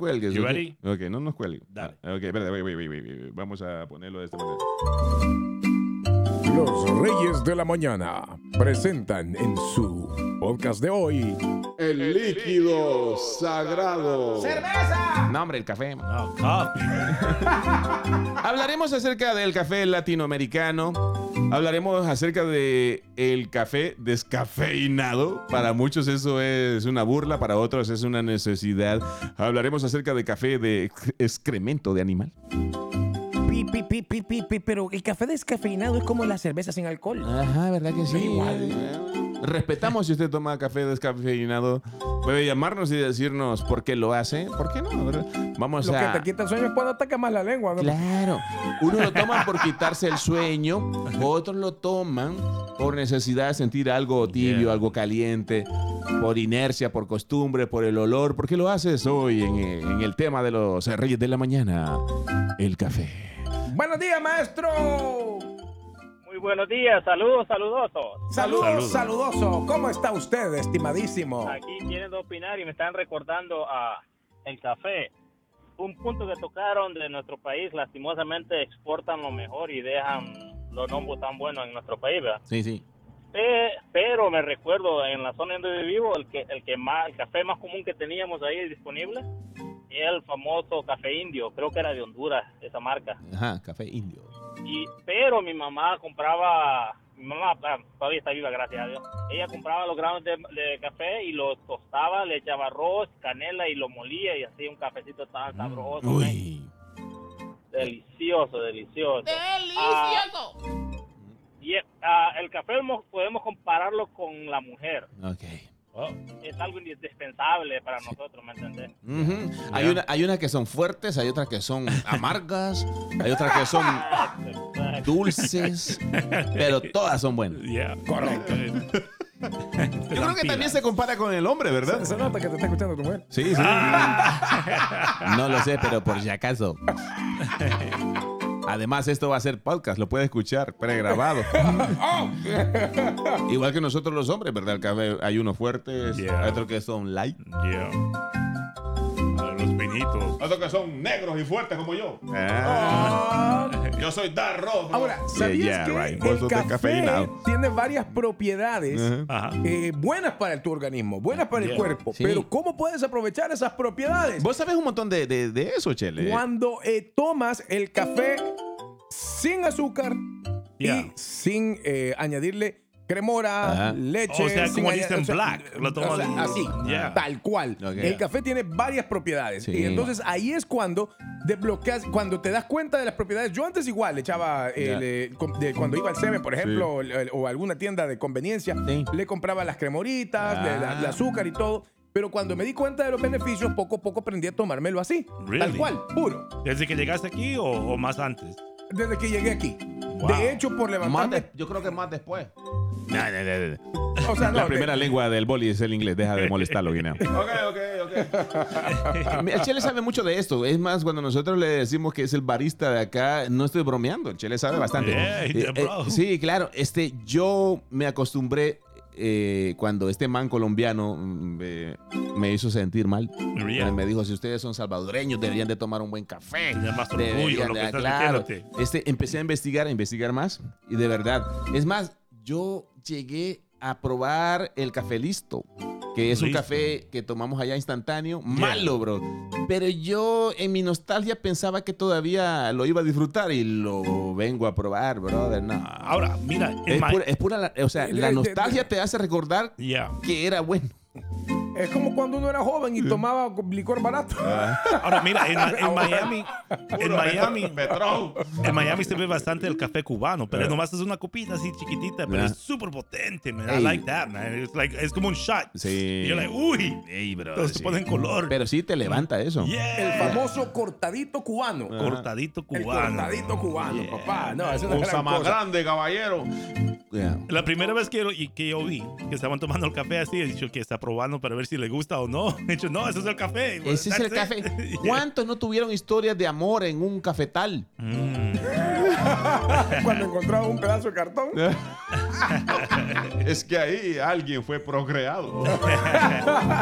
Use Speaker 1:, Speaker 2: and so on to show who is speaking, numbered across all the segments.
Speaker 1: cuelgues.
Speaker 2: You
Speaker 1: ¿ok?
Speaker 2: ready?
Speaker 1: Ok, no nos cuelgues.
Speaker 2: Dale.
Speaker 1: Ah, ok, espérate, wait, wait, wait, wait, wait, wait. Vamos a ponerlo de esta manera.
Speaker 3: Los Reyes de la Mañana presentan en su podcast de hoy
Speaker 1: El líquido sagrado. ¡Cerveza! No, hombre, el café.
Speaker 2: No, Oh, coffee.
Speaker 1: Hablaremos acerca del café latinoamericano. Hablaremos acerca de el café descafeinado. Para muchos eso es una burla, para otros es una necesidad. Hablaremos acerca de café de ex- excremento de animal.
Speaker 4: Pi, pi, pi, pi, pi, pi, pero el café descafeinado es como la cerveza sin alcohol.
Speaker 1: Ajá, ¿verdad que sí?
Speaker 4: Igual.
Speaker 1: Respetamos si usted toma café descafeinado. Puede llamarnos y decirnos por qué lo hace. ¿Por qué no? verdad? Vamos
Speaker 3: Lo
Speaker 1: a...
Speaker 3: que te quita el sueño es cuando ataca más la lengua. ¿no?
Speaker 1: Claro. Unos lo toman por quitarse el sueño, otros lo toman por necesidad de sentir algo tibio,
Speaker 2: Yeah.
Speaker 1: algo caliente, por inercia, por costumbre, por el olor. ¿Por qué lo haces hoy en, eh, en el tema de los Reyes de la Mañana? El café.
Speaker 3: Buenos días, maestro.
Speaker 5: Muy buenos días, saludos, saludosos.
Speaker 3: Saludos,
Speaker 2: Saludos.
Speaker 3: saludoso. ¿Cómo está usted, estimadísimo?
Speaker 5: Aquí quieren opinar y me están recordando a el café. Un punto que tocaron de nuestro país, lastimosamente exportan lo mejor y dejan los nombres tan buenos en nuestro país, ¿verdad?
Speaker 1: Sí, sí.
Speaker 5: Pe- Pero me recuerdo en la zona donde yo vivo, el que el que más el café más común que teníamos ahí disponible era el famoso café indio, creo que era de Honduras esa marca.
Speaker 1: Ajá, café indio.
Speaker 5: y pero mi mamá compraba mi mamá ah, todavía está viva gracias a Dios ella compraba los granos de, de café y los tostaba le echaba arroz canela y lo molía y hacía un cafecito tan sabroso ¿eh?
Speaker 1: Mm. Uy.
Speaker 5: delicioso delicioso
Speaker 1: Ah.
Speaker 6: ¡Delicioso!
Speaker 5: y eh, ah, el café mo- podemos compararlo con la mujer
Speaker 1: Ok.
Speaker 2: Oh,
Speaker 5: es algo indispensable para nosotros ¿me entendés?
Speaker 1: Ujú. hay, una, hay unas que son fuertes, hay otras que son amargas, hay otras que son dulces, pero todas son buenas.
Speaker 2: yeah. Este Correcto.
Speaker 1: Yo creo que también se compara con el hombre, ¿verdad?
Speaker 3: Se, se nota que te está escuchando tu mujer.
Speaker 1: Sí, sí. No lo sé, pero por si acaso. Además, esto va a ser podcast, lo puede escuchar pregrabado. Igual que nosotros los hombres, ¿verdad? El café, hay unos fuertes,
Speaker 2: Yeah.
Speaker 1: hay otros que son light.
Speaker 2: Yeah. A los pinitos.
Speaker 1: Otros que son negros y fuertes como yo.
Speaker 3: Ah.
Speaker 1: Yo soy Dar Ross.
Speaker 3: Ahora, ¿sabías
Speaker 1: Yeah, yeah,
Speaker 3: que
Speaker 1: right. Vos
Speaker 3: el
Speaker 1: sos
Speaker 3: café
Speaker 1: descafeinado.
Speaker 3: tiene varias propiedades
Speaker 2: Ajá.
Speaker 3: eh, buenas para tu organismo, buenas para el
Speaker 2: Yeah.
Speaker 3: cuerpo?
Speaker 1: Sí.
Speaker 3: Pero ¿cómo puedes aprovechar esas propiedades?
Speaker 1: Vos sabés un montón de, de- de eso, Chele.
Speaker 3: Cuando eh, tomas el café sin azúcar y
Speaker 2: Yeah.
Speaker 3: sin eh, añadirle cremora,
Speaker 1: Ajá.
Speaker 3: leche.
Speaker 2: O sea,
Speaker 3: sin
Speaker 2: como
Speaker 3: aña-
Speaker 2: dicen, black, lo tomas
Speaker 3: o sea,
Speaker 2: en-
Speaker 3: así,
Speaker 2: Yeah.
Speaker 3: tal cual.
Speaker 1: Ok.
Speaker 3: El café tiene varias propiedades.
Speaker 1: Sí.
Speaker 3: Y entonces ahí es cuando desbloqueas, cuando te das cuenta de las propiedades. Yo antes igual le echaba, eh,
Speaker 1: Ya.
Speaker 3: le- com- de cuando iba al Seven, por ejemplo, o, el- o alguna tienda de conveniencia,
Speaker 1: Sí.
Speaker 3: le compraba las cremoritas,
Speaker 1: Ah.
Speaker 3: le- la, la azúcar y todo. Pero cuando me di cuenta de los beneficios, poco a poco aprendí a tomármelo así. Tal
Speaker 2: Really?
Speaker 3: cual, puro.
Speaker 2: ¿Desde que llegaste aquí o, o más antes?
Speaker 3: Desde que llegué aquí.
Speaker 2: Wow.
Speaker 3: De hecho, por
Speaker 1: Más
Speaker 3: levantarme.
Speaker 1: de- yo creo que más después.
Speaker 3: O sea,
Speaker 1: Ah, La
Speaker 3: no,
Speaker 1: primera
Speaker 3: de-
Speaker 1: lengua del boli es el inglés, deja de molestarlo, Guinea. ok, ok, ok. El Chele sabe mucho de esto. Es más, cuando nosotros le decimos que es el barista de acá, no estoy bromeando. El Chele sabe bastante.
Speaker 2: Yeah,
Speaker 1: Eh,
Speaker 2: yeah,
Speaker 1: eh,
Speaker 2: bro.
Speaker 1: sí, claro. Este, yo me acostumbré eh, cuando este man colombiano mm, eh, me hizo sentir mal.
Speaker 2: Yeah.
Speaker 1: Me dijo, si ustedes son salvadoreños, deberían de tomar un buen café.
Speaker 2: Tener más orgullo,
Speaker 1: Deberían
Speaker 2: lo
Speaker 1: de- ah,
Speaker 2: que estás
Speaker 1: claro.
Speaker 2: metiéndote.
Speaker 1: Este, empecé a investigar, a investigar más. Y de verdad, es más, yo llegué a probar el café listo, que es un
Speaker 2: Listo.
Speaker 1: café que tomamos allá instantáneo. Malo, bro. Pero yo en mi nostalgia pensaba que todavía lo iba a disfrutar y lo vengo a probar, brother. No.
Speaker 2: Ahora, mira, en
Speaker 1: Es
Speaker 2: my-
Speaker 1: pura, es pura la- o sea, la nostalgia te hace recordar
Speaker 2: Yeah.
Speaker 1: que era bueno.
Speaker 3: es como cuando uno era joven y tomaba licor barato.
Speaker 2: Ahora, mira, en, Ma- en Miami, en Miami, en Miami se ve bastante el café cubano, pero nomás es una copita así chiquitita, pero
Speaker 1: Yeah.
Speaker 2: es súper potente, man.
Speaker 1: Ey.
Speaker 2: I like that, man. It's like, es como un shot.
Speaker 1: Sí.
Speaker 2: Y yo like, uy. Entonces se
Speaker 1: sí.
Speaker 2: pone en color.
Speaker 1: Pero sí te levanta eso.
Speaker 3: El
Speaker 2: yeah.
Speaker 3: famoso cortadito cubano.
Speaker 2: cortadito
Speaker 3: El
Speaker 2: Ah. cubano.
Speaker 3: cortadito cubano, papá. Ah, No, es una gran cosa.
Speaker 1: grande, caballero.
Speaker 2: La primera vez que, y que yo vi que estaban tomando el café así, he dicho que está probando para ver si le gusta o no. He dicho, no, ese es el café.
Speaker 1: Ese es
Speaker 2: That's
Speaker 1: el
Speaker 2: it.
Speaker 1: café.
Speaker 2: Yeah.
Speaker 1: ¿Cuántos no tuvieron historias de amor en un cafetal?
Speaker 3: Cuando encontraba un pedazo de cartón.
Speaker 1: Es que ahí alguien fue procreado.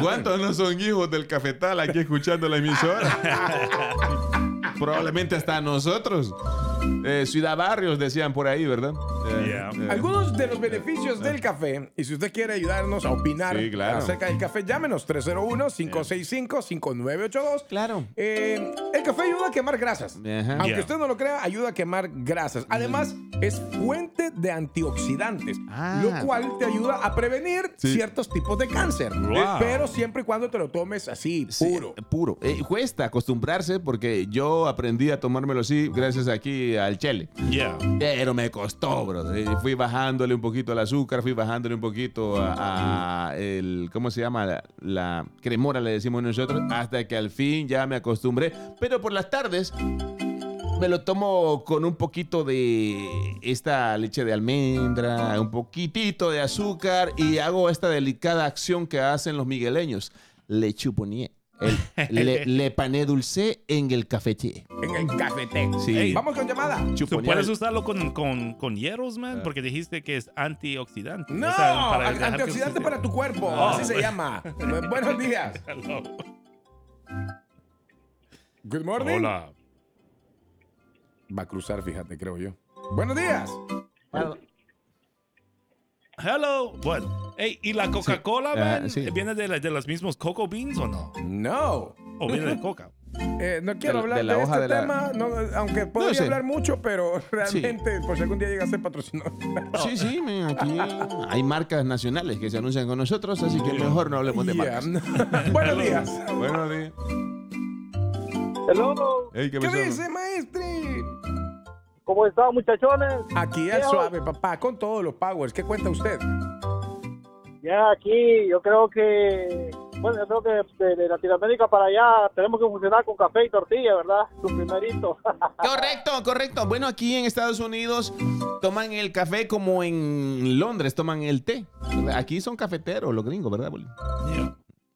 Speaker 1: ¿Cuántos no son hijos del cafetal aquí escuchando la emisora? Probablemente hasta nosotros. Eh, Ciudad Barrios decían por ahí, ¿verdad? Eh,
Speaker 2: Yeah.
Speaker 1: eh,
Speaker 3: Algunos de los beneficios del café, y si usted quiere ayudarnos a opinar
Speaker 1: Sí, claro.
Speaker 3: acerca del café, llámenos 301-565-5982.
Speaker 1: Claro.
Speaker 3: Eh, el café ayuda a quemar grasas.
Speaker 1: Ajá. Mm.
Speaker 3: Aunque
Speaker 2: Yeah.
Speaker 3: usted no lo crea, ayuda a quemar grasas. Además, es fuente de antioxidantes,
Speaker 1: Ah.
Speaker 3: lo cual te ayuda a prevenir
Speaker 1: Sí.
Speaker 3: ciertos tipos de cáncer.
Speaker 2: Wow.
Speaker 3: Pero siempre y cuando te lo tomes así,
Speaker 1: Sí,
Speaker 3: puro.
Speaker 1: puro. Eh, cuesta acostumbrarse porque yo aprendí a tomármelo así gracias aquí al Chele.
Speaker 2: Yeah.
Speaker 1: Pero me costó, brother. Eh, Fui bajándole un poquito al azúcar, fui bajándole un poquito a, a el, ¿cómo se llama? La, la cremora, le decimos nosotros, hasta que al fin ya me acostumbré. Pero por las tardes me lo tomo con un poquito de esta leche de almendra, un poquitito de azúcar y hago esta delicada acción que hacen los migueleños. Le chuponé. El, le, le pané dulce en el cafeté.
Speaker 3: En el cafete.
Speaker 1: Sí.
Speaker 3: Ey, Vamos con llamada.
Speaker 2: ¿Tú
Speaker 1: Chuponear
Speaker 2: puedes
Speaker 1: el- Ah.
Speaker 2: usarlo con, con, con hieros, man? Porque dijiste que es antioxidante.
Speaker 3: No,
Speaker 2: O sea, para
Speaker 3: an-
Speaker 2: dejar que-
Speaker 3: antioxidante para tu cuerpo.
Speaker 2: Oh.
Speaker 3: Así se llama. Buenos días.
Speaker 2: Hello.
Speaker 3: Good morning.
Speaker 2: Hola.
Speaker 3: Va a cruzar, fíjate, creo yo. Buenos días.
Speaker 2: Hello. Bueno. Ey, ¿y la Coca-Cola,
Speaker 1: Sí.
Speaker 2: man?
Speaker 1: Ah, sí.
Speaker 2: ¿Viene de, la- de los mismos coco beans o no?
Speaker 3: No.
Speaker 2: ¿O viene de coca?
Speaker 3: Eh, no quiero
Speaker 1: la-
Speaker 3: hablar
Speaker 1: de
Speaker 3: de,
Speaker 1: la hoja
Speaker 3: este
Speaker 1: de la-
Speaker 3: tema, no, aunque podría
Speaker 1: sé.
Speaker 3: hablar mucho, pero realmente, por si algún día llega a ser patrocinador.
Speaker 1: Sí, sí, men, aquí hay marcas nacionales que se anuncian con nosotros, así que mejor no hablemos de
Speaker 3: Yeah.
Speaker 1: marcas.
Speaker 3: Buenos días.
Speaker 1: Bueno, di-
Speaker 5: Hello,
Speaker 1: Ey, ¿qué
Speaker 3: ¿Qué
Speaker 1: pasó?
Speaker 3: dice, maestri?
Speaker 5: ¿cómo están muchachones?
Speaker 3: Aquí al
Speaker 5: Viejo.
Speaker 3: suave, papá, con todos los powers. ¿Qué cuenta usted?
Speaker 5: Ya aquí, yo creo que, bueno, yo creo que de, de Latinoamérica para allá tenemos que funcionar con café y tortilla, ¿verdad? Su primerito.
Speaker 1: Correcto, correcto. Bueno, aquí en Estados Unidos toman el café como en Londres toman el té. Aquí son cafeteros los gringos, ¿verdad, Boli?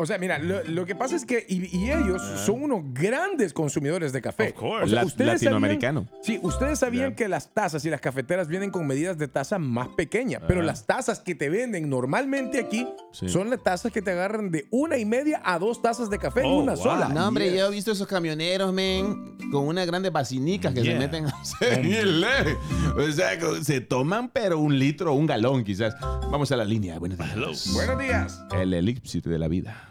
Speaker 3: O sea, mira, lo, lo que pasa es que y, y ellos son unos grandes consumidores de café.
Speaker 2: Of course.
Speaker 3: O sea,
Speaker 1: La-
Speaker 3: ustedes
Speaker 1: latinoamericano.
Speaker 3: sabían- sí, ustedes sabían
Speaker 1: Yeah.
Speaker 3: que las tazas y las cafeteras vienen con medidas de taza más pequeñas, pero
Speaker 1: Ajá.
Speaker 3: las tazas que te venden normalmente aquí
Speaker 1: Sí.
Speaker 3: son las tazas que te agarran de una y media a dos tazas de café en
Speaker 2: Oh,
Speaker 3: una
Speaker 2: wow.
Speaker 3: sola.
Speaker 1: No, hombre,
Speaker 3: Ah, Yes.
Speaker 1: yo he visto esos camioneros, men, con unas grandes vacinicas que se
Speaker 2: Yeah.
Speaker 1: meten a hacer el ley. O sea, co- se toman pero un litro o un galón quizás. Vamos a la línea, buenos
Speaker 2: Hello.
Speaker 1: días.
Speaker 3: Buenos días.
Speaker 1: El elipsis de la vida.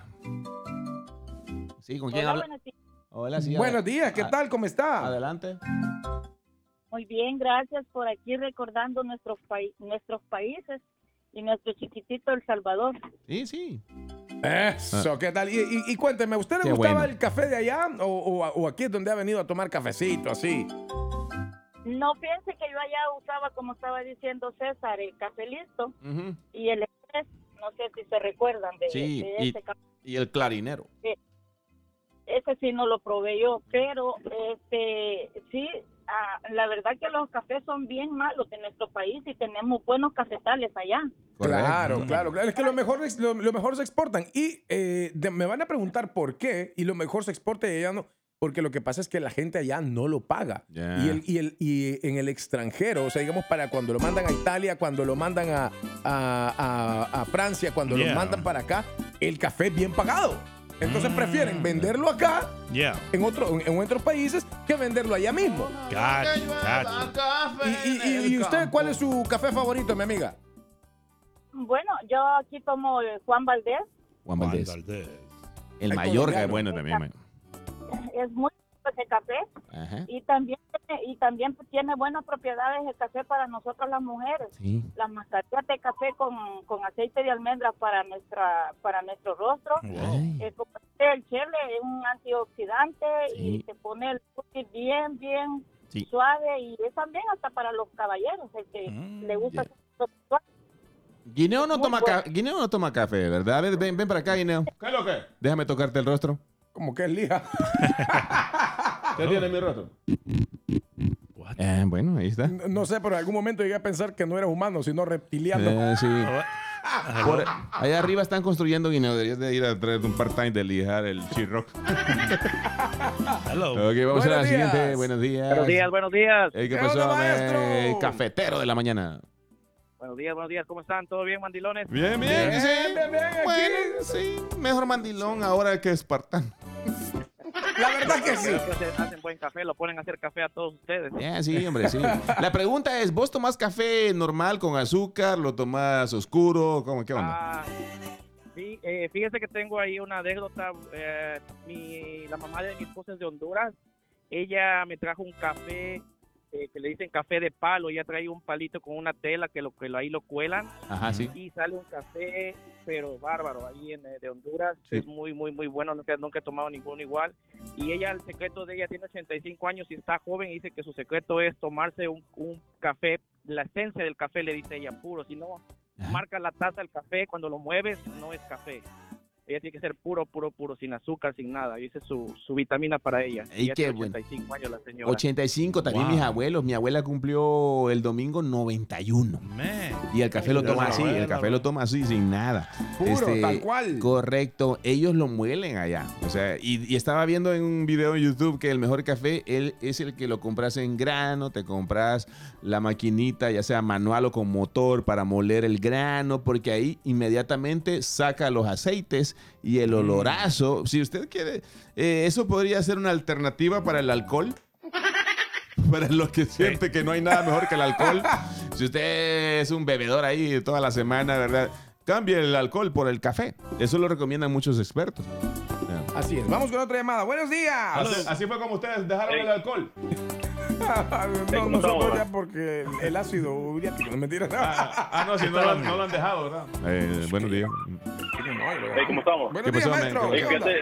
Speaker 1: Sí, ¿con quién
Speaker 6: Hola,
Speaker 1: habla?
Speaker 6: buenos días.
Speaker 1: Hola, sí.
Speaker 3: Buenos
Speaker 1: ad-
Speaker 3: días, ¿qué
Speaker 1: a-
Speaker 3: tal? ¿Cómo está?
Speaker 1: Adelante.
Speaker 6: Muy bien, gracias por aquí recordando nuestros pai- nuestros países y nuestro chiquitito El Salvador.
Speaker 1: Sí, sí.
Speaker 3: Eso, ¿qué tal? Y, y- y cuénteme, ¿a usted le
Speaker 1: Ah. Qué
Speaker 3: gustaba
Speaker 1: bueno.
Speaker 3: el café de allá o, o- o aquí es donde ha venido a tomar cafecito, así?
Speaker 6: No piense que yo allá usaba, como estaba diciendo César, el café listo
Speaker 1: Ujú.
Speaker 6: y el express. No sé si se recuerdan de,
Speaker 1: Sí,
Speaker 6: de
Speaker 1: y-
Speaker 6: ese café.
Speaker 1: Y el clarinero.
Speaker 6: Ese sí no lo probé yo, pero este sí, ah, la verdad que los cafés son bien malos de nuestro país y tenemos buenos cafetales allá.
Speaker 3: Claro, claro, claro. Es que lo mejor, es- lo, lo mejor se exportan. Y eh, de- me van a preguntar por qué. Y lo mejor se exporta y allá no. Porque lo que pasa es que la gente allá no lo paga.
Speaker 1: Ya.
Speaker 3: Y, el, y, el, y en el extranjero, o sea, digamos, para cuando lo mandan a Italia, cuando lo mandan a, a- a- a Francia, cuando lo
Speaker 2: Yeah.
Speaker 3: mandan para acá, el café es bien pagado. Entonces prefieren venderlo acá,
Speaker 2: Yeah.
Speaker 3: en, otro, en otros países, que venderlo allá mismo.
Speaker 2: Gotcha, gotcha.
Speaker 3: Y, y- y- y usted cuál es su café favorito, mi amiga?
Speaker 6: Bueno, yo aquí como el Juan Valdés,
Speaker 1: Juan Valdés.
Speaker 2: Juan Valdez.
Speaker 1: El
Speaker 3: Ay,
Speaker 1: Mallorca es
Speaker 3: colombiano.
Speaker 1: bueno también, men.
Speaker 6: es muy rico ese café.
Speaker 1: Ajá.
Speaker 6: y también tiene- y también tiene buenas propiedades el café para nosotros las mujeres
Speaker 1: Sí.
Speaker 6: las mascarillas de café con, con aceite de almendra para nuestra para nuestro rostro
Speaker 2: Wow.
Speaker 1: Ay.
Speaker 6: Eh, como dice el chile es un antioxidante
Speaker 1: Sí.
Speaker 6: y te pone el cutis bien bien
Speaker 1: Sí.
Speaker 6: suave y es también hasta para los caballeros el que
Speaker 2: Mm,
Speaker 6: le gusta
Speaker 1: ya.
Speaker 6: ese- suave.
Speaker 1: Guineo no,
Speaker 6: Muy
Speaker 1: toma
Speaker 6: bueno.
Speaker 1: ca- Guineo no toma café, ¿verdad? A ver, ven, ven para acá, Guineo. ¿Qué es lo que? Déjame tocarte el rostro.
Speaker 3: Como que es lija.
Speaker 1: Ah, ¿Qué tiene mi rostro?
Speaker 2: What?
Speaker 1: Eh, bueno, ahí está.
Speaker 3: No no sé, pero en algún momento llegué a pensar que no eres humano, sino reptiliano.
Speaker 1: Eh, sí.
Speaker 2: What?
Speaker 1: Por- allá arriba están construyendo Guineo. Deberías de ir a traer un part-time de lijar el chirroc.
Speaker 2: Hello.
Speaker 1: Ok, vamos a la
Speaker 3: Buenos
Speaker 1: siguiente.
Speaker 3: días.
Speaker 1: Buenos días.
Speaker 5: buenos días, buenos días.
Speaker 1: Ey, ¿Qué
Speaker 3: ¿Qué
Speaker 1: pasó,
Speaker 3: onda,
Speaker 1: men?
Speaker 3: maestro?
Speaker 1: Cafetero de la mañana.
Speaker 7: Buenos días, buenos días, ¿cómo están? ¿Todo bien, mandilones?
Speaker 1: Bien, bien,
Speaker 3: Bien,
Speaker 1: sí.
Speaker 3: bien, bien, aquí.
Speaker 1: Bueno, sí, mejor mandilón ahora que espartano.
Speaker 3: La verdad que sí.
Speaker 7: Creo que hacen, hacen buen café, lo ponen a hacer café a todos ustedes.
Speaker 1: Ya, sí, hombre, sí. La pregunta es, ¿vos tomás café normal con azúcar? ¿Lo tomás oscuro? ¿Cómo, qué onda?
Speaker 7: Ah, sí, eh, fíjese que tengo ahí una anécdota. eh, mi, la mamá de mi esposa es de Honduras. Ella me trajo un café eh, que le dicen café de palo. Ella trae un palito con una tela que, lo, que lo- ahí lo cuelan
Speaker 1: Ajá, Ah, sí.
Speaker 7: y sale un café, pero bárbaro, ahí en, eh, de Honduras.
Speaker 1: Sí.
Speaker 7: Es muy, muy, muy bueno. Nunca, nunca he tomado ninguno igual. Y ella, el secreto de ella, tiene 85 años y está joven. Y dice que su secreto es tomarse un, un café, la esencia del café, le dice ella, puro. Si no,
Speaker 1: Ajá.
Speaker 7: marca la taza del café, cuando lo mueves, no es café. Ella tiene que ser puro, puro, puro, sin azúcar, sin nada. Y esa es su, su vitamina para ella.
Speaker 1: Ey,
Speaker 7: Ella
Speaker 1: qué
Speaker 7: tiene
Speaker 1: bueno.
Speaker 7: 85 años la señora.
Speaker 1: 85, también
Speaker 2: Wow.
Speaker 1: mis abuelos. Mi abuela cumplió el domingo 91.
Speaker 2: Man.
Speaker 1: Y el café lo
Speaker 2: Ay,
Speaker 1: toma
Speaker 2: la
Speaker 1: así,
Speaker 2: abuela,
Speaker 1: el café lo toma así, sin nada.
Speaker 3: Puro,
Speaker 1: Este,
Speaker 3: tal cual.
Speaker 1: Correcto, ellos lo muelen allá. O sea, y, y estaba viendo en un video en YouTube que el mejor café él, es el que lo compras en grano, te compras la maquinita, ya sea manual o con motor, para moler el grano, porque ahí inmediatamente saca los aceites y
Speaker 3: Mm.
Speaker 1: el olorazo. Si usted quiere, eh, eso podría ser una alternativa para el alcohol. Para los que sienten que no hay nada mejor que el alcohol. Si usted es un bebedor ahí toda la semana, ¿verdad? Cambie el alcohol por el café. Eso lo recomiendan muchos expertos.
Speaker 3: Así es. Vamos con otra llamada. Buenos días.
Speaker 1: fue como ustedes dejaron
Speaker 5: el
Speaker 1: alcohol.
Speaker 3: No, nosotros ya porque el ácido uriático, no mentira.
Speaker 5: Ah.
Speaker 1: no, si no lo, han dejado, ¿verdad? Eh, Mm. buenos días.
Speaker 5: Hey, ¿Cómo estamos?
Speaker 3: Buenos
Speaker 1: ¿Qué
Speaker 3: días,
Speaker 1: pasó,
Speaker 3: maestro.
Speaker 1: man?
Speaker 5: Hey,
Speaker 3: ¿Qué onda?
Speaker 5: fíjate,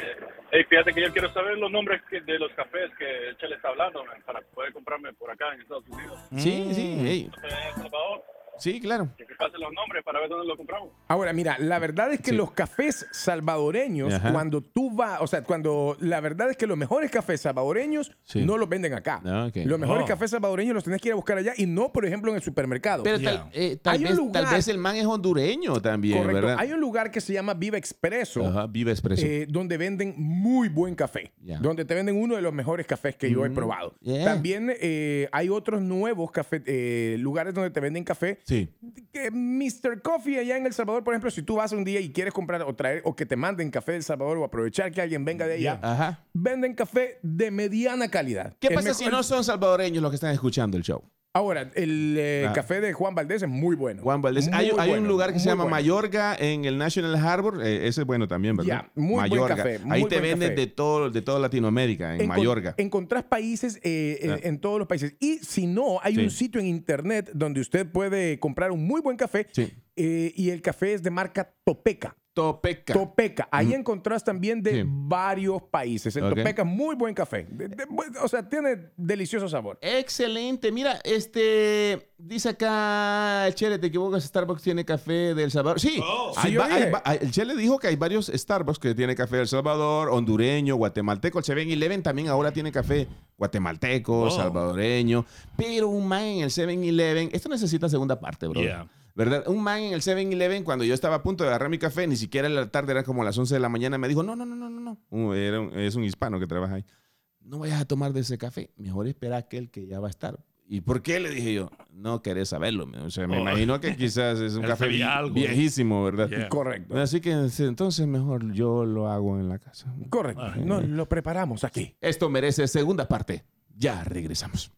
Speaker 5: hey, fíjate que yo quiero saber los nombres que- de los cafés que Chele está hablando man, para poder comprarme por acá en Estados Unidos.
Speaker 1: Sí, sí, hey.
Speaker 5: Eh, El Salvador,
Speaker 1: sí, claro.
Speaker 5: que pase los nombres para ver dónde lo compramos.
Speaker 3: Ahora, mira, la verdad es que
Speaker 1: Sí.
Speaker 3: los cafés salvadoreños,
Speaker 1: Ajá.
Speaker 3: cuando tú vas, o sea, cuando la verdad es que los mejores cafés salvadoreños
Speaker 1: Sí.
Speaker 3: no los venden acá.
Speaker 1: Ah, ok.
Speaker 3: Los mejores
Speaker 2: Oh.
Speaker 3: cafés salvadoreños los tenés que ir a buscar allá y no, por ejemplo, en el supermercado.
Speaker 1: Pero
Speaker 2: Ya.
Speaker 1: tal, eh, tal
Speaker 3: Hay un
Speaker 1: vez,
Speaker 3: lugar-
Speaker 1: tal vez el man es hondureño también,
Speaker 3: Correcto.
Speaker 1: ¿verdad?
Speaker 3: Hay un lugar que se llama Viva Expreso.
Speaker 1: Ajá, viva expreso.
Speaker 3: eh, donde venden muy buen café,
Speaker 1: Ya.
Speaker 3: donde te venden uno de los mejores cafés que yo he
Speaker 1: Mm,
Speaker 3: probado.
Speaker 1: yeah.
Speaker 3: También eh, hay otros nuevos café, eh, lugares donde te venden café
Speaker 1: sí.
Speaker 3: que Mr. Coffee allá en El Salvador, por ejemplo, si tú vas un día y quieres comprar o traer o que te manden café del Salvador o aprovechar que alguien venga de allá,
Speaker 1: Ajá.
Speaker 3: venden café de mediana calidad.
Speaker 1: ¿Qué
Speaker 3: El
Speaker 1: pasa
Speaker 3: mejor-
Speaker 1: si no son salvadoreños los que están escuchando el show?
Speaker 3: Ahora, el eh,
Speaker 1: Ah.
Speaker 3: café de Juan Valdés es muy bueno.
Speaker 1: Juan Valdés.
Speaker 3: Muy
Speaker 1: Hay, hay
Speaker 3: bueno,
Speaker 1: un lugar que se
Speaker 3: muy
Speaker 1: llama
Speaker 3: bueno.
Speaker 1: Mayorga en el National Harbor. Eh, ese es bueno también, ¿verdad?
Speaker 3: Ya, muy buen
Speaker 1: Mayorga.
Speaker 3: café, muy
Speaker 1: Ahí te
Speaker 3: buen
Speaker 1: venden
Speaker 3: café.
Speaker 1: de todo, de toda Latinoamérica, en
Speaker 3: Encon- eh,
Speaker 1: Mayorga.
Speaker 3: Encontrás países eh, eh,
Speaker 1: Ah.
Speaker 3: en todos los países. Y si no, hay
Speaker 1: Sí.
Speaker 3: un sitio en internet donde usted puede comprar un muy buen café.
Speaker 1: Sí.
Speaker 3: eh, y el café es de marca Topeca.
Speaker 1: Topeca.
Speaker 3: Topeca. Ahí
Speaker 1: Mm.
Speaker 3: encontrás también
Speaker 1: Sí.
Speaker 3: de varios países. El
Speaker 1: Ok.
Speaker 3: Topeca es muy buen café. De- de- bu- o sea, tiene delicioso sabor.
Speaker 1: Excelente. Mira, este dice acá, Chele, te equivocas, Starbucks tiene café del Salvador. Sí, hay
Speaker 3: Oh, Sí, yo
Speaker 1: va-
Speaker 3: dije.
Speaker 1: hay va- hay- el Chele dijo que hay varios Starbucks que tiene café del Salvador, hondureño, guatemalteco. El 7-Eleven también ahora tiene café guatemalteco,
Speaker 2: Oh.
Speaker 1: salvadoreño. Pero un man en el 7-Eleven, esto necesita segunda parte, bro.
Speaker 2: Yeah.
Speaker 1: ¿Verdad? Un man en el 7-Eleven, cuando yo estaba a punto de agarrar mi café, ni siquiera en la tarde, era como las 11 de la mañana, me dijo, no, no, no, no, no, no. Un- era un- es un hispano que trabaja ahí no vayas a tomar de ese café, mejor espera aquel que ya va a estar. ¿Y por qué? Le dije yo, no querés saberlo. me- O sea, me
Speaker 2: Oh.
Speaker 1: imagino que quizás es un
Speaker 2: Él
Speaker 1: café
Speaker 2: sabía
Speaker 1: vie-
Speaker 2: algo.
Speaker 1: viejísimo, ¿verdad?
Speaker 2: Yeah.
Speaker 3: Correcto.
Speaker 1: Así que entonces mejor yo lo hago en la casa.
Speaker 3: Correcto. Nos lo preparamos aquí.
Speaker 1: Esto merece segunda parte. Ya regresamos.